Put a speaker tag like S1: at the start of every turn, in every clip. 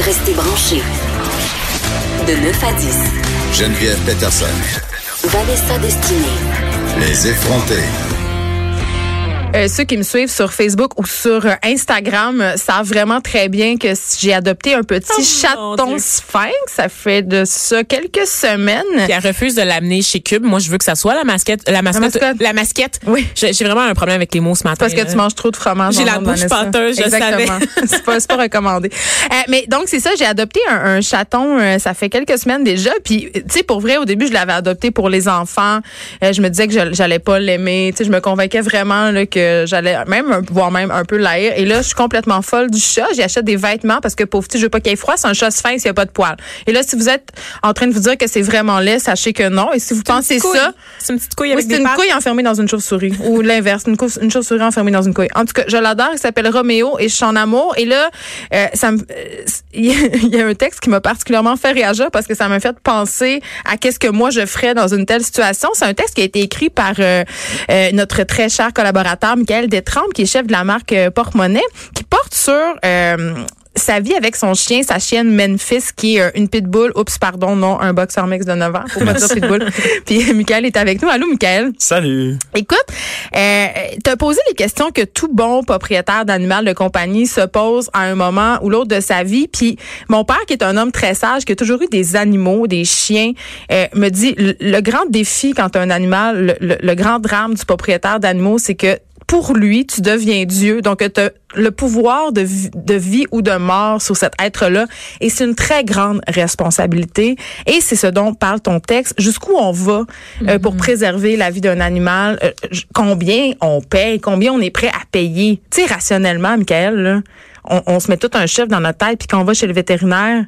S1: Restez branchés. De 9 à 10.
S2: Geneviève Peterson.
S1: Vanessa Destinée.
S2: Les effronter.
S3: Euh, ceux qui me suivent sur Facebook ou sur euh, Instagram euh, savent vraiment très bien que si j'ai adopté un petit
S4: Oh, mon
S3: chaton
S4: Dieu.
S3: sphinx. Ça fait de ça quelques
S4: Puis
S3: semaines.
S4: elle refuse de l'amener chez Cube. Moi, je veux que ça soit la masquette. La mascotte.
S3: mascotte.
S4: La masquette.
S3: Oui.
S4: J'ai j'ai vraiment un problème avec les mots ce matin.
S3: Parce que
S4: là.
S3: tu manges trop de fromage.
S4: Euh, J'ai
S3: en
S4: la
S3: ondes,
S4: bouche
S3: Vanessa.
S4: pâteuse, je le
S3: Exactement.
S4: savais.
S3: c'est pas, c'est pas recommandé. Euh, mais donc, c'est ça, j'ai adopté un, un chaton, euh, ça fait quelques semaines déjà. Puis, tu sais, pour vrai, au début, je l'avais adopté pour les enfants. Euh, je me disais que je- j'allais pas l'aimer. Tu sais, je me convainquais vraiment là, que j'allais même, voire même un peu l'haïr. Et là, je suis complètement folle du chat. J'achète des vêtements parce que, pauvre petit, je veux pas qu'il ait froid. C'est un chat sphinx, il y a pas de poils. Et là, si vous êtes en train de vous dire que c'est vraiment laid, sachez que non. Et si vous pensez
S4: Couille.
S3: ça,
S4: C'est une petite couille
S3: oui,
S4: avec
S3: c'est
S4: des
S3: une
S4: pattes.
S3: couille enfermée dans une chauve-souris. ou l'inverse, une, cou- une chauve-souris enfermée dans une couille. En tout cas, je l'adore. Il s'appelle Roméo et je suis en amour. Et là, euh, ça me- euh, il y a- il y a un texte qui m'a particulièrement fait réagir parce que ça m'a fait penser à qu'est-ce que moi je ferais dans une telle situation. C'est un texte qui a été écrit par euh, euh, notre très cher collaborateur Michael Détrempe, qui est chef de la marque euh, Porte-Monnaie, qui porte sur... euh, sa vie avec son chien, sa chienne Memphis, qui est euh, une pitbull. Oups, pardon, non, un boxer mix de 9 ans. Faut pas dire pitbull. Puis Michael est avec nous. Allô, Michael.
S5: Salut.
S3: Écoute, euh, t'as posé les questions que tout bon propriétaire d'animal de compagnie se pose à un moment ou l'autre de sa vie. Puis mon père, qui est un homme très sage, qui a toujours eu des animaux, des chiens, euh, me dit le, le grand défi quand t'as un animal, le, le- le grand drame du propriétaire d'animaux, c'est que pour lui, tu deviens Dieu. Donc, tu le pouvoir de, vi- de vie ou de mort sur cet être-là. Et c'est une très grande responsabilité. Et c'est ce dont parle ton texte. Jusqu'où on va euh, pour préserver la vie d'un animal? Euh, j- combien on paye? Combien on est prêt à payer? Tu sais, rationnellement, Michael, là, on, on se met tout un chiffre dans notre tête, puis quand on va chez le vétérinaire,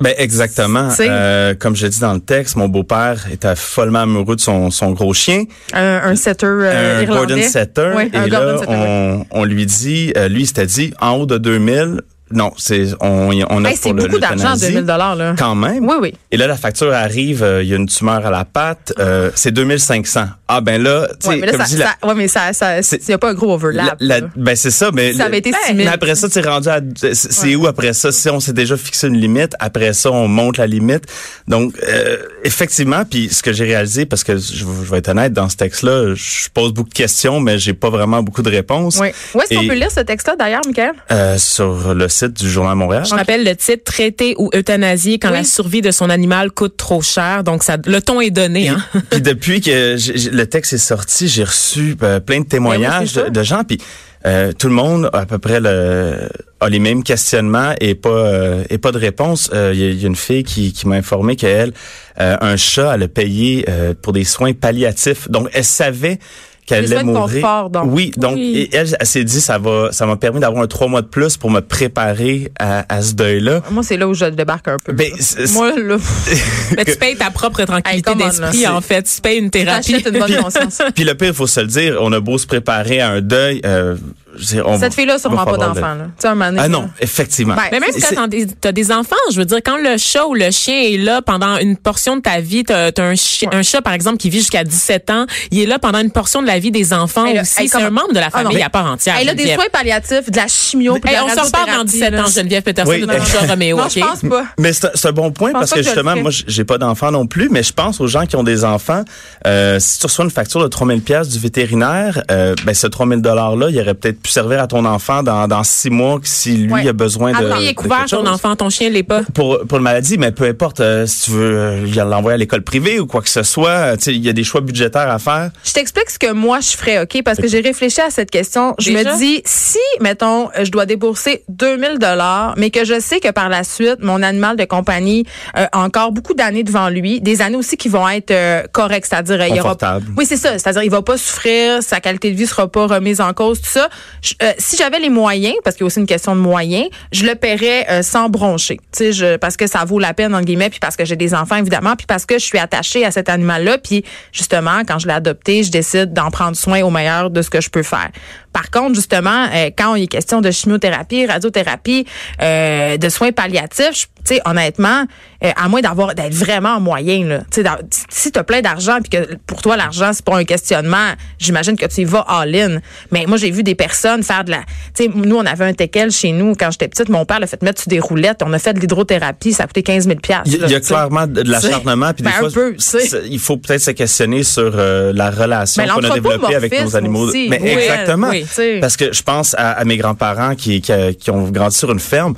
S5: Ben exactement.
S3: C'est-
S5: Euh, comme je dit dans le texte, mon beau-père était follement amoureux de son, son gros chien,
S3: un, un setter euh,
S5: un
S3: irlandais.
S5: Gordon Setter.
S3: Ouais, un
S5: et là,
S3: Gordon Setter, ouais.
S5: on, on lui dit, euh, lui, il s'était dit, en haut de 2000, non, c'est on, on a
S3: Hey, c'est
S5: pour le-
S3: beaucoup d'argent,
S5: l'euthanasie.
S3: 2000 là.
S5: Quand même.
S3: Oui, oui.
S5: Et là, la facture arrive, euh, il y a une tumeur à la patte, euh, c'est 2500. Ah ben là, tu sais,
S3: Ouais, mais là,
S5: comme
S3: ça,
S5: je dis, la-
S3: ça- ouais, mais ça, ça,
S5: C'est-
S3: il n'y a pas un gros overlap.
S5: La- la-
S3: là.
S5: ben c'est ça, mais
S3: Ça avait été
S5: Ben,
S3: 6 000.
S5: mais après ça, tu es rendu à c'est c'est
S3: Ouais.
S5: où après ça Si on s'est déjà fixé une limite, après ça on monte la limite. Donc euh, effectivement, puis ce que j'ai réalisé parce que je, je vais être honnête dans ce texte-là, je pose beaucoup de questions mais j'ai pas vraiment beaucoup de réponses.
S3: Oui. Où est-ce qu'on
S5: Et,
S3: peut lire ce texte-là, d'ailleurs, Michael?
S5: euh, sur le site du journal Montréal.
S4: Je rappelle le titre traité ou euthanasier quand
S3: Oui.
S4: la survie de son animal coûte trop cher. Donc ça, le ton est donné. Hein?
S5: puis depuis que j'ai- j'ai- le texte est sorti, j'ai reçu euh, plein de témoignages
S3: Ben oui, c'est
S5: de, de gens. Puis euh, tout le monde a à peu près le, a les mêmes questionnements et pas euh, et pas de réponse. Euh, Il y, a- il y a une fille qui, qui m'a informé qu'elle euh, un chat elle a payé euh, pour des soins palliatifs. Donc elle savait qu'elle
S3: Des
S5: allait
S3: soins de
S5: mourir.
S3: confort, donc.
S5: Oui, donc
S4: Oui.
S5: et elle, elle s'est dit ça va ça m'a permis d'avoir un trois mois de plus pour me préparer à, à ce deuil là.
S3: Moi, c'est là où je débarque un peu.
S5: Ben, c'est- c'est-
S3: Moi, là,
S4: Mais tu payes ta propre
S3: Hey,
S4: tranquillité
S3: come on, là,
S4: d'esprit,
S3: c'est-
S4: en fait. Tu payes une thérapie.
S3: t'achètes une bonne conscience.
S5: Puis le pire, faut se le dire, on a beau se préparer à un deuil, euh, je veux dire, on
S3: Cette fille-là,
S5: va
S3: sûrement pas
S5: falloir le-
S3: d'enfant, là. Tu sais, un moment donné,
S5: Ah
S3: là.
S5: non, effectivement.
S3: Ben,
S4: Mais même
S5: C'est-
S4: quand t'as des, t'as des enfants, je veux dire, quand le chat ou le chien est là pendant une portion de ta vie, t'as, t'as un, chi- un chat, par exemple, qui vit jusqu'à 17 ans, il est là pendant une portion de la vie des enfants
S3: Hey, là,
S4: aussi.
S3: hey,
S4: c'est un
S3: comment-
S4: membre de la
S3: Ah, non,
S4: famille
S3: mais-
S4: à part entière.
S3: Elle a des
S4: Geneviève.
S3: soins palliatifs, de la chimio, puis de
S4: Hey,
S3: la
S4: on se reparle dans
S3: radiothérapie,
S4: 17
S3: là.
S4: ans, Geneviève Peterson,
S5: Oui.
S4: de notre chat Roméo.
S3: Non,
S4: ok?
S3: je pense pas.
S5: Mais c'est un- c'est un bon point
S3: pense
S5: parce
S3: pas
S5: que,
S3: que je le
S5: justement,
S3: ferais.
S5: moi, j- j'ai pas d'enfant non plus, mais je pense aux gens qui ont des enfants. Euh, si tu reçois une facture de 3000 pièces du vétérinaire, euh, ben ce 3000 dollars là, il aurait peut-être pu servir à ton enfant dans, dans six mois si lui
S3: Ouais.
S5: a besoin de.
S4: Après, il est
S5: de
S4: couvert,
S5: quelque
S4: ton
S5: chose.
S4: enfant, ton chien l'est pas.
S5: pour pour le maladie, mais peu importe euh, si tu veux euh, l'envoyer à l'école privée ou quoi que ce soit, euh, tu sais, il y a des choix budgétaires à faire.
S3: Je t'explique ce que moi je ferais, OK? Parce que j'ai réfléchi à cette question. Je
S4: Déjà?
S3: me dis, si, mettons, euh, je dois débourser 2000 dollars, mais que je sais que par la suite, mon animal de compagnie euh, a encore beaucoup d'années devant lui, des années aussi qui vont être euh, correctes, c'est-à-dire euh, il y aura...
S5: Confortable.
S3: Oui, c'est ça. C'est-à-dire il va pas souffrir, sa qualité de vie sera pas remise en cause, tout ça. Je- euh, si j'avais les moyens, parce qu'il y a aussi une question de moyens, je le paierais euh, sans broncher. Tu sais, je- parce que ça vaut la peine, entre guillemets, puis parce que j'ai des enfants, évidemment, puis parce que je suis attachée à cet animal-là, puis justement, quand je l'ai adopté, je décide d'en prendre soin au meilleur de ce que je peux faire. Par contre, justement, euh, quand il est question de chimiothérapie, radiothérapie, euh, de soins palliatifs, je- tu sais, honnêtement, euh, à moins d'avoir d'être vraiment en moyen, là, tu sais, d'a- si tu as plein d'argent puis que pour toi l'argent c'est pas un questionnement, j'imagine que tu y vas all-in. Mais moi j'ai vu des personnes faire de la, tu sais, nous on avait un teckel chez nous quand j'étais petite, mon père l'a fait mettre sur des roulettes, on a fait de l'hydrothérapie, ça a coûté 15 000
S5: Il y a- il y
S3: là,
S5: a
S3: tu sais.
S5: clairement de de l'acharnement, puis des
S3: Ben, un
S5: fois,
S3: peu, tu sais.
S5: c'est- il faut peut-être se questionner sur euh, la relation
S3: Ben,
S5: qu'on a développée avec nos
S3: l'anthropomorphisme
S5: animaux.
S3: aussi.
S5: Mais
S3: Oui,
S5: exactement,
S3: oui, tu sais.
S5: parce que je pense à, à mes grands-parents qui, qui, euh, qui ont grandi sur une ferme.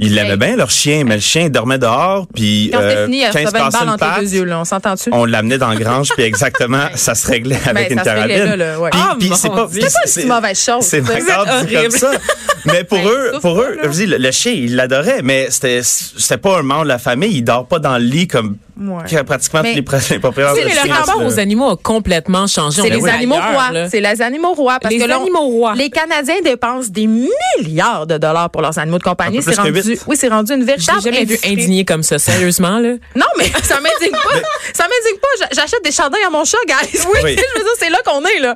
S5: Ils l'aimaient
S3: Hey.
S5: bien leur chien, mais le chien dormait dehors, puis
S3: Quand c'était
S5: euh,
S3: fini, elle
S5: quand il se
S3: recevait une
S5: passait
S3: balle
S5: une
S3: entre les
S5: patte,
S3: deux yeux, là, on s'entend-tu?
S5: on l'amenait dans la grange, puis exactement, ça se réglait avec
S3: Ben, ça
S5: une
S3: se réglait
S5: carabine.
S3: là, là, ouais.
S5: Puis-
S4: Ah,
S5: puis
S4: mon
S5: c'est pas,
S4: Dieu.
S5: puis
S3: C'est pas une
S5: c'est-
S3: petite mauvaise chose,
S5: C'est
S3: ça.
S5: macabre dit comme
S4: horrible.
S5: ça. Mais pour
S3: Ben,
S5: eux,
S3: souffre
S5: pour
S3: pas,
S5: eux,
S3: là.
S5: je dis, le, le chien, il l'adorait, mais c'était, c'était pas un membre de la famille. Il dort pas dans le lit comme
S3: Ouais.
S5: que pratiquement
S3: Mais-
S5: tous les, pr- les propriétaires
S4: Tu sais,
S5: de
S4: mais le
S5: chiens,
S4: rapport
S5: là.
S4: aux animaux a complètement changé.
S3: C'est
S4: On est
S3: les animaux
S4: ailleurs,
S3: rois.
S4: là.
S3: C'est les animaux rois. Parce
S4: Les
S3: que là, on-
S4: animaux rois.
S3: Les Canadiens dépensent des milliards de dollars pour leurs animaux de compagnie.
S5: Un peu
S3: C'est
S5: plus que
S3: rendu,
S5: huit.
S3: oui, c'est rendu une
S4: Je
S3: véritable
S4: l'ai jamais vu
S3: industrie.
S4: indigné comme ça, sérieusement. Là.
S3: Non, mais ça m'indigne pas. ça m'indigne pas. J'a- J'achète des chandails à mon chat, guys. Oui,
S5: Oui.
S3: je veux dire, c'est là qu'on est, là.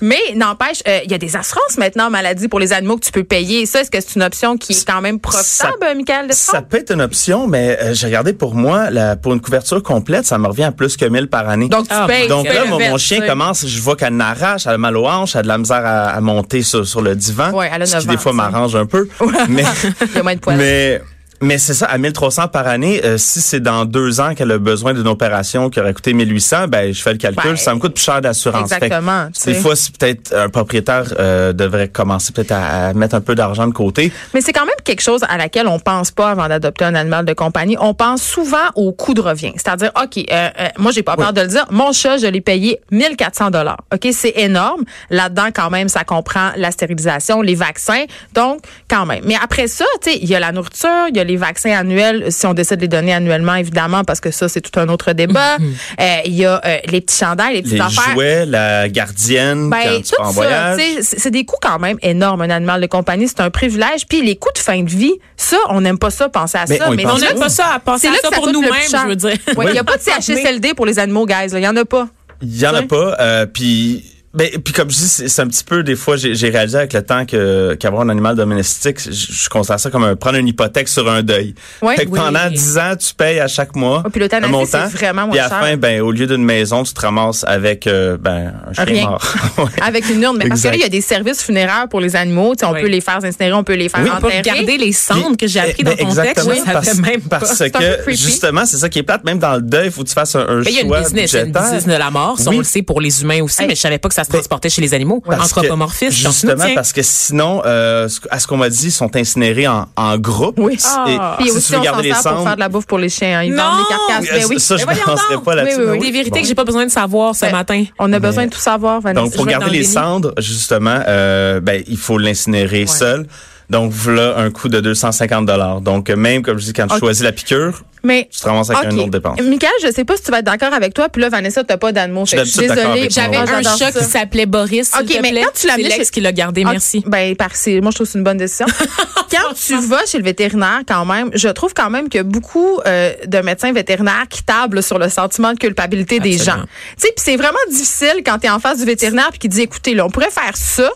S3: Mais n'empêche, euh, il y a des assurances maintenant, maladie pour les animaux que tu peux payer. Ça, est-ce que c'est une option qui est quand même profitable, euh, Michael
S5: Ça
S3: Lefranc?
S5: peut être une option, mais euh, j'ai regardé pour moi, la, pour une couverture complète, ça me revient à plus que 1000 par année.
S3: Donc, tu
S4: Ah,
S3: payes.
S5: Donc
S3: c'est
S5: là,
S3: le
S5: mon,
S3: fait,
S5: mon chien
S3: tu sais.
S5: commence, je vois qu'elle n'arrache, elle a mal aux hanches, elle a de la misère à, à monter sur, sur le divan.
S3: Ouais, elle a
S5: ce
S3: neuf
S5: qui des
S3: ans,
S5: fois
S3: ça.
S5: m'arrange un peu. mais,
S3: Il y a moins de poils.
S5: mais, mais c'est ça, à 1300 par année, euh, si c'est dans deux ans qu'elle a besoin d'une opération qui aurait coûté 1800, ben, je fais le calcul,
S3: Ouais.
S5: ça me coûte plus cher d'assurance. Fait que
S3: Exactement, tu sais.
S5: Des fois, c'est peut-être un propriétaire euh, devrait commencer peut-être à, à mettre un peu d'argent de côté.
S3: Mais c'est quand même quelque chose à laquelle on pense pas avant d'adopter un animal de compagnie. On pense souvent au coût de revient. C'est-à-dire, OK, euh, euh, moi, j'ai pas peur de le dire. Mon chat, je l'ai payé 1400 dollars. OK, c'est énorme. Là-dedans, quand même, ça comprend la stérilisation, les vaccins. Donc, quand même. Mais après ça, tu sais, il y a la nourriture, il y a les vaccins annuels, si on décide de les donner annuellement, évidemment, parce que ça, c'est tout un autre débat. Euh, Il y a euh, les petits chandails, les petites
S5: Les
S3: affaires.
S5: jouets, la gardienne,
S3: Ben,
S5: quand tu
S3: tout
S5: pars en
S3: ça,
S5: voyage.
S3: tu sais, c'est c'est des coûts quand même énormes, un animal de compagnie. C'est un privilège. Puis les coûts de fin de vie, ça, on n'aime pas ça, penser à
S5: Mais
S3: ça.
S5: Ben, on y
S4: On
S5: pense
S4: n'aime pas ça à
S3: Ah, c'est
S4: penser à
S3: là
S4: ça
S3: que ça
S4: pour
S3: coûte le
S4: nous-mêmes,
S3: plus cher.
S4: je veux dire.
S3: Ouais, Il n'y a pas de CHSLD pour les animaux, guys. là. Il n'y en a pas.
S5: Il y en a
S3: Ouais.
S5: pas. euh, puis ben, puis comme je dis, c'est c'est un petit peu des fois j'ai j'ai réalisé avec le temps que qu'avoir un animal domestique, je, je considère ça comme un, prendre une hypothèque sur un deuil.
S3: Ouais.
S5: fait que
S3: Oui.
S5: pendant 10 ans, tu payes à chaque mois
S3: Ah, puis l'euthanasie,
S5: un montant.
S3: c'est vraiment moins
S5: puis à
S3: cher.
S5: la fin, ben au lieu d'une maison, tu te ramasses avec euh, ben un chien
S3: Rien.
S5: mort. Ouais.
S3: Avec une urne. Mais parce que
S5: Exact.
S3: là, il y a des services funéraires pour les animaux. Tu sais, on
S4: Oui.
S3: peut les faire incinérer, on peut les faire
S5: Oui.
S4: Pas
S3: enterrer.
S4: regarder les cendres que j'ai
S5: Eh,
S4: appris
S5: ben,
S4: dans ton texte,
S5: exactement,
S4: je savais
S5: parce,
S4: même pas.
S5: parce
S4: C'est un peu
S5: que
S3: creepy.
S5: justement, c'est ça qui est plate. Même dans le deuil, faut que tu fasses un, un
S4: Mais Ben, il y a une
S5: choix
S4: business, il y a une
S5: budgétaire.
S4: business de la mort, ça,
S5: Oui. Ben,
S4: on le sait pour les humains aussi,
S3: Hey.
S4: mais je savais pas que ça se transportait chez les animaux.
S5: Parce que-
S4: Anthropomorphisme, donc,
S5: Justement,
S4: tiens.
S5: parce que sinon, euh, ce- à ce qu'on m'a dit, ils sont incinérés en, en groupe.
S3: Oui.
S4: Ah.
S3: Puis
S5: si
S3: aussi,
S5: tu veux
S3: on s'en
S5: garder les
S3: sert pour
S5: cendres,
S3: faire de la bouffe pour les chiens. hein. Ils
S4: Non!
S3: vendent des carcasses.
S5: euh,
S3: Ben oui.
S5: ça, je
S4: Mais voyons
S5: penserai
S4: donc.
S5: pas là-dessus.
S3: Oui, oui,
S5: mais
S3: oui.
S4: Des vérités
S5: Bon.
S4: que j'ai pas besoin de savoir ce
S3: Ben,
S4: matin.
S3: On a besoin de tout savoir, Vanessa.
S5: Donc,
S4: Je
S5: pour
S4: vais être dans
S5: garder
S4: le
S5: les
S4: déni.
S5: cendres, justement, euh, ben, il faut l'incinérer seul. Donc, voilà un coût de 250 dollars. Donc, euh, même, comme je dis, quand tu
S3: Ok.
S5: choisis la piqûre,
S3: Mais
S5: tu te ramasses avec
S3: Ok.
S5: une autre dépense.
S3: Michael, je sais pas si tu vas être d'accord avec toi. Puis là, Vanessa, t'as pas d'animaux. fait que Je suis
S5: d'habitude d'accord
S3: désolée.
S5: avec toi.
S4: J'avais
S5: Moi,
S4: un
S3: j'adore
S4: chat
S3: ça.
S4: qui s'appelait Boris. s'il
S3: OK,
S4: te
S3: mais
S4: plaît.
S3: quand tu l'as
S4: C'est
S3: amené
S4: Lex
S3: chez-
S4: qui l'a gardé,
S3: Ah,
S4: merci.
S3: Ben, parfait. Moi, je trouve que c'est une bonne décision. quand tu vas chez le vétérinaire, quand même, je trouve quand même qu'il y a beaucoup euh, de médecins vétérinaires qui tablent sur le sentiment de culpabilité des
S4: Absolument.
S3: gens. Tu sais, puis c'est vraiment difficile quand tu es en face du vétérinaire puis qui dit, écoutez, là, on pourrait faire ça.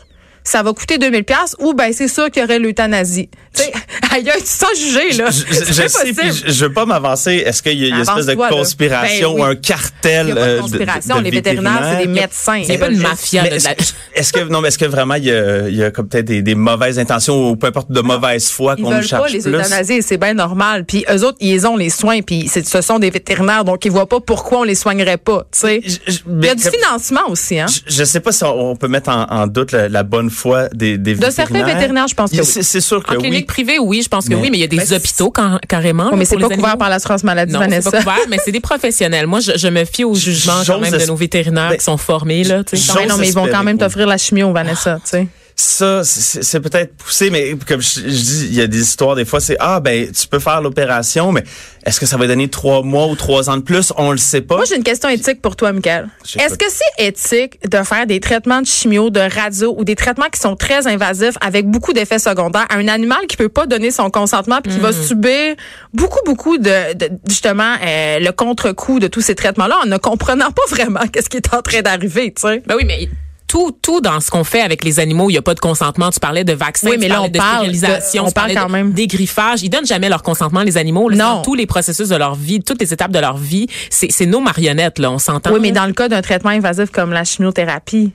S3: Ça va coûter 2000 pièces ou ben c'est sûr qu'il y aurait l'euthanasie. Tu sais, ailleurs tu te sens jugé là.
S5: Je, je- je
S3: C'est
S5: sais,
S3: possible.
S5: puis je, je veux pas m'avancer. Est-ce qu'il y a, il y a une espèce de
S3: Avance-toi, là.
S5: conspiration
S3: Ben oui.
S5: ou un cartel
S3: Il y a pas de
S5: euh,
S3: conspiration.
S5: de
S3: Les vétérinaires, c'est des médecins.
S4: C'est pas une mafia
S5: Mais
S4: de
S5: est-ce,
S4: la.
S5: est-ce que non, mais est-ce que vraiment il y a, il y a comme peut-être des, des mauvaises intentions ou peu importe de mauvaise foi
S3: Ils
S5: qu'on
S3: veulent
S5: cherche
S3: pas les
S5: plus?
S3: euthanasier, et c'est bien normal. Puis eux autres, ils ont les soins, puis c'est- ce sont des vétérinaires, donc ils voient pas pourquoi on les soignerait pas. Tu sais,
S5: Je- je-
S3: il y a
S5: mais
S3: du
S5: comme-
S3: financement aussi, hein.
S5: Je- Je sais pas si on, on peut mettre en, en doute la, la bonne foi des, des
S3: De certains vétérinaires, je pense que
S5: Il-
S3: oui.
S5: C'est, c'est sûr que
S4: En
S5: oui.
S4: clinique privée, oui, je pense que
S5: Mais-
S4: oui, mais il y a des
S3: Ben, c'est-
S4: hôpitaux quand- carrément.
S3: Oh,
S4: là,
S3: mais c'est
S4: pour
S3: pas
S4: les
S3: couvert
S4: animaux.
S3: par l'assurance maladie,
S4: Non, c'est
S3: Vanessa.
S4: pas couvert, mais c'est des professionnels. Moi, je, je me fie au jugement quand
S5: J'ose
S4: même de
S5: es-
S4: nos vétérinaires
S5: Ben,
S4: qui sont formés là. tu sais.
S5: j'ose
S3: Ouais, non, mais ils vont
S5: espérer
S3: quand même
S5: que oui.
S3: t'offrir la chimio, Vanessa, tu sais.
S5: Ça, c'est, c'est peut-être poussé, mais comme je, je dis, il y a des histoires des fois, c'est ah ben tu peux faire l'opération, mais est-ce que ça va donner trois mois ou trois ans de plus On le sait pas.
S3: Moi, j'ai une question éthique pour toi, Michael.
S5: J'écoute.
S3: Est-ce que c'est éthique de faire des traitements de chimio, de radio ou des traitements qui sont très invasifs avec beaucoup d'effets secondaires à un animal qui peut pas donner son consentement puis qui va subir beaucoup, beaucoup de, de- justement, euh, le contre-coup de tous ces traitements-là en ne comprenant pas vraiment qu'est-ce qui est en train d'arriver, tu sais?
S4: Ben oui, mais tout, tout dans ce qu'on fait avec les animaux. Il n'y a pas de consentement. Tu parlais de vaccins,
S3: Oui, mais
S4: tu
S3: là,
S4: parlais
S3: on
S4: de
S3: parle
S4: stérilisation,
S3: de- on
S4: tu parlais
S3: parle quand
S4: de-
S3: même.
S4: des griffages. Ils donnent jamais leur consentement, les animaux. là. C'est
S3: Non.
S4: dans tous les processus de leur vie, toutes les étapes de leur vie, c'est c'est nos marionnettes, là. On s'entend.
S3: Oui, mais dans le cas d'un traitement invasif comme la chimiothérapie,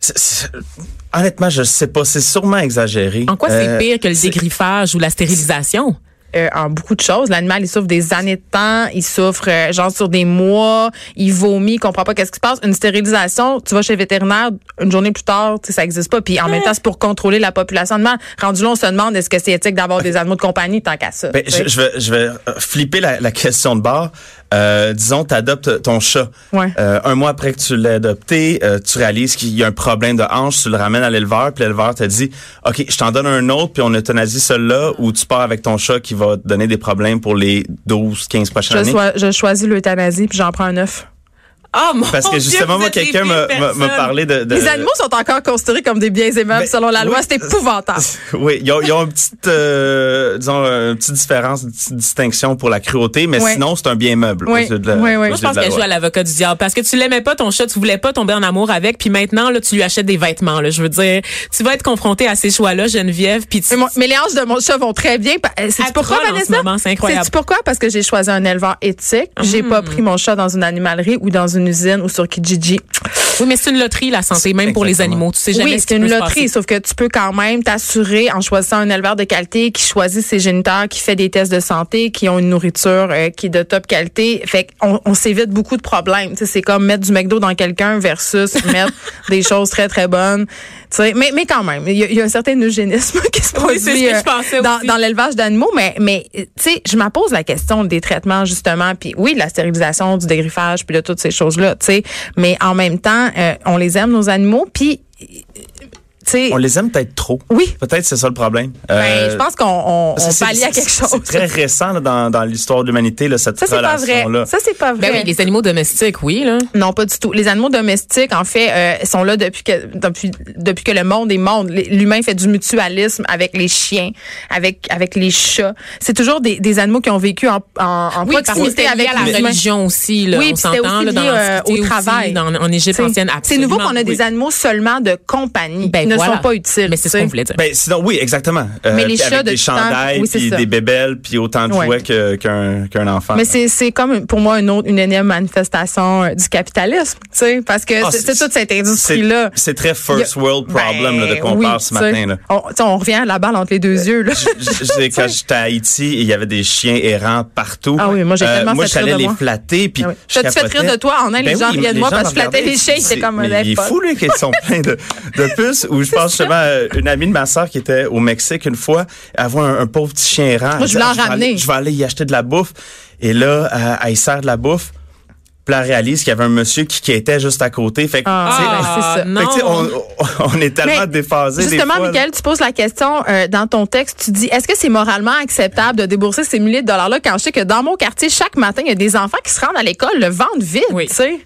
S5: C'est- c'est- Honnêtement, je sais pas. C'est sûrement exagéré.
S4: En quoi
S5: Euh,
S4: c'est pire que le dégriffage ou la stérilisation?
S3: euh, en beaucoup de choses, l'animal, il souffre des années de temps, il souffre, euh, genre, sur des mois, il vomit, il comprend pas qu'est-ce qui se passe. Une stérilisation, tu vas chez le vétérinaire, une journée plus tard, tu sais, ça existe pas. Puis en même temps, c'est pour contrôler la population de Rendu là, on se demande est-ce que c'est éthique d'avoir des animaux de compagnie tant qu'à ça.
S5: Ben,
S3: tu sais.
S5: je, je vais, je vais euh, flipper la, la question de bord. Euh, disons, tu adoptes ton chat.
S3: Ouais.
S5: Euh, un mois après que tu l'as adopté, euh, tu réalises qu'il y a un problème de hanche, tu le ramènes à l'éleveur, puis l'éleveur te dit, OK, je t'en donne un autre, puis on euthanasie celui-là, ou tu pars avec ton chat qui va te donner des problèmes pour les 12, 15 prochaines
S3: Je,
S5: années.
S3: sois- je choisis l'euthanasie puis j'en prends un œuf.
S4: Ah, mon
S5: Parce que
S4: Dieu,
S5: justement,
S4: vous
S5: moi,
S4: êtes des
S5: quelqu'un
S4: vieilles
S5: m'a- m'a m'a
S4: personnes.
S5: parlé de... de-
S3: Les animaux sont encore considérés comme des biens
S5: Ben,
S3: aimables selon la loi.
S5: oui.
S3: C'est épouvantable.
S5: Oui, ils ont, ils ont une petite, euh, disons, une petite différence, une petite distinction pour la cruauté, mais
S3: Ouais.
S5: sinon, c'est un bien meuble.
S3: Ouais.
S5: aux yeux de la-
S3: Ouais, ouais.
S5: aux
S4: Moi,
S5: yeux
S4: je
S5: de
S4: pense
S5: la
S4: qu'elle
S5: loi.
S4: joue à l'avocat du diable parce que tu l'aimais pas ton chat, tu voulais pas tomber en amour avec, puis maintenant là, tu lui achètes des vêtements. Là, je veux dire, tu vas être confronté à ces choix-là, Geneviève, puis tu-
S3: Mais, mon- mais les hanches de mon chat vont très bien. C'est
S4: Elle
S3: pourquoi,
S4: troll en
S3: Vanessa?
S4: ce moment, c'est incroyable. Mm.
S3: Sais-tu pourquoi? Parce que j'ai choisi un éleveur éthique. J'ai pas pris mon chat dans une animalerie ou dans une usine ou sur Kijiji.
S4: Oui, mais c'est une loterie la santé, même pour les
S5: Exactement.
S4: animaux. Tu sais jamais
S3: Oui,
S4: ce qui
S3: c'est une
S4: peut se
S3: loterie,
S4: passer.
S3: sauf que tu peux quand même t'assurer en choisissant un éleveur de qualité qui choisit ses géniteurs, qui fait des tests de santé, qui ont une nourriture euh, qui est de top qualité. Fait qu'on on s'évite beaucoup de problèmes. Tu sais, c'est comme mettre du McDo dans quelqu'un versus mettre des choses très très bonnes. Tu sais, mais mais quand même, il y, a- il y a un certain eugénisme qui se
S4: Oui,
S3: produit
S4: c'est ce que
S3: euh,
S4: je pensais
S3: dans,
S4: aussi.
S3: dans l'élevage d'animaux, mais mais tu sais, je m'en pose la question des traitements justement, puis oui, de la stérilisation, du dégriffage, puis de toutes ces choses là, tu sais, mais en même temps, euh, on les aime nos animaux, puis tu sais,
S5: On les aime peut-être trop.
S3: Oui.
S5: Peut-être c'est ça le problème.
S3: ben,
S5: Euh,
S3: je pense qu'on on,
S5: ça,
S3: on
S5: c'est-
S3: pallie à quelque
S5: c'est-
S3: chose.
S5: C'est très récent là, dans, dans l'histoire de l'humanité, là, cette
S3: Ça c'est pas vrai.
S5: relation-là.
S3: Ça c'est pas vrai.
S4: Ben oui, les animaux domestiques, oui là.
S3: Non, pas du tout. Les animaux domestiques, en fait, euh, sont là depuis que depuis depuis que le monde est monde. Les- L'humain fait du mutualisme avec les chiens, avec avec les chats. C'est toujours des, des animaux qui ont vécu en, en, en
S4: Oui, parce que
S3: proximité
S4: c'était lié
S3: avec
S4: à la
S3: l'humain.
S4: religion aussi là.
S3: Oui,
S4: on
S3: puis c'était
S4: s'entend
S3: aussi
S4: là, dans
S3: lié, euh,
S4: l'Antiquité
S3: au
S4: aussi,
S3: travail.
S4: dans- en Égypte
S3: T'sais,
S4: ancienne.
S3: C'est nouveau qu'on a
S4: absolument,
S3: des
S4: oui.
S3: animaux seulement de compagnie.
S4: Ben
S3: qui ne
S4: voilà.
S3: sont pas utiles.
S4: Mais c'est ce
S3: t'sais.
S4: qu'on voulait dire.
S5: Ben, sinon, oui, exactement. Euh,
S3: Mais les
S5: puis
S3: chats,
S5: avec
S3: de
S5: des
S3: tout temps,
S5: chandails,
S3: oui, c'est
S5: puis
S3: ça.
S5: des bébelles, puis autant de
S3: Ouais.
S5: jouets que- qu'un qu'un enfant.
S3: Mais c'est c'est comme pour moi une autre une énième manifestation euh, du capitalisme, tu sais, parce que
S5: Ah,
S3: c'est c'est
S5: c'est-
S3: toute cette
S5: C'est-
S3: industrie là.
S5: C'est
S3: Il
S5: très
S3: y a-
S5: first world problem
S3: Ben
S5: là, de qu'on
S3: oui,
S5: parle ce
S3: tu sais.
S5: matin. Là.
S3: On, tu sais, on revient à la balle entre les deux yeux. Là.
S5: Je- je- quand j'étais à Haïti, il y avait des chiens errants partout. Euh,
S3: Ah oui, moi, j'ai tellement
S5: moi,
S3: fait rire
S5: j'allais
S3: de
S5: les
S3: moi.
S5: flatter, puis
S3: Ah oui.
S5: je
S3: T'as-tu fait
S5: capotais. Ben
S3: rire de toi? En un, les gens
S5: oui,
S3: riaillaient de moi
S5: gens
S3: parce que je
S5: me regardaient,
S3: flattais les chiens,
S5: c'est-
S3: j'étais comme un
S5: mais Il est
S3: iPhone.
S5: fou, lui, qu'ils sont pleins de, de puces. Ou je pense justement à une amie de ma sœur qui était au Mexique une fois, avoir un, un pauvre petit chien errant.
S3: Moi, je
S5: Elle dit,
S3: voulais
S5: Ah,
S3: en
S5: vais
S3: ramener.
S5: aller- Je vais aller y acheter de la bouffe. Et là, euh, elle y sert de la bouffe. Puis là, elle réalise qu'il y avait un monsieur qui, qui était juste à côté. Fait que,
S3: Ah,
S5: tu sais,
S3: ben, c'est ça.
S4: Ah, non.
S5: fait que, tu sais, on, on est tellement
S3: Mais,
S5: déphasés des
S3: Justement,
S5: fois, là.
S3: Michael, tu poses la question euh, dans ton texte. Tu dis, est-ce que c'est moralement acceptable de débourser ces milliers de dollars-là quand je sais que dans mon quartier, chaque matin, il y a des enfants qui se rendent à l'école le ventre vide,
S4: Oui.
S3: tu sais?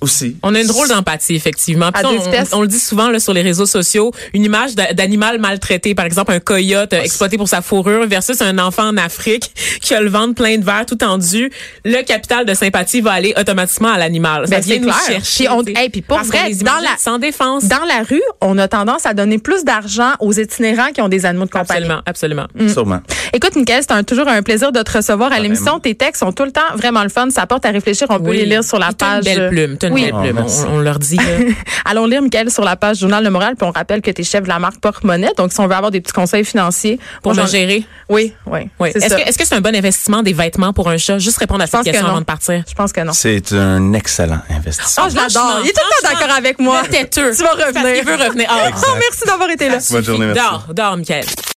S5: Aussi.
S4: On a une drôle d'empathie, effectivement. Puis
S3: À
S4: ça,
S3: deux
S4: on-
S3: vitesses.
S4: on, on le dit souvent là, sur les réseaux sociaux, une image d'a- d'animal maltraité, par exemple un coyote
S3: Ah,
S4: euh, exploité pour sa fourrure versus un enfant en Afrique qui a le ventre plein de verre tout tendu, le capital de sympathie va aller automatiquement à l'animal. Ça
S3: Ben,
S4: vient
S3: c'est
S4: nous
S3: clair.
S4: chercher.
S3: Puis on-
S4: tu sais,
S3: hey, puis pour
S4: parce
S3: vrai,
S4: qu'on les
S3: dans
S4: imagine
S3: la-
S4: sans défense.
S3: Dans la rue, on a tendance à donner plus d'argent aux itinérants qui ont des animaux de compagnie.
S4: Absolument, absolument.
S3: Mm.
S5: Sûrement.
S3: Écoute, Nickel, c'est un- toujours un plaisir de te recevoir
S5: Ah, ben,
S3: à l'émission. Tes textes sont tout le temps vraiment le fun. Ça porte à réfléchir. On peut
S4: Oui.
S3: les lire sur la
S4: Puis t'as
S3: page. euh,
S4: Une belle plume, t'as
S3: Oui.
S4: une belle
S5: Oh,
S4: plume.
S5: merci.
S4: On, on leur dit. euh,
S3: Allons lire, Michael, sur la page Journal Le Moral. Puis on rappelle que tu es chef de la marque Porte-Monnaie. Donc, si on veut avoir des petits conseils financiers
S4: pour
S3: moi,
S4: me
S3: j'en-
S4: gérer.
S3: Oui, oui.
S4: Oui.
S3: c'est
S4: Est-ce
S3: ça.
S4: que est-ce que c'est un bon investissement des vêtements pour un chat? Juste répondre à cette
S3: pense que
S4: question
S3: non.
S4: avant de partir.
S3: Je pense que non.
S5: C'est un excellent investissement.
S3: Oh, je l'adore. Il est tout le temps
S4: franchement,
S3: d'accord avec moi.
S4: le têteux.
S3: Tu vas
S4: Parce
S3: revenir.
S4: qu'il veut revenir. Ah,
S3: Oh, merci d'avoir été là.
S5: Bonne journée, merci.
S4: Dors, dors, Michael.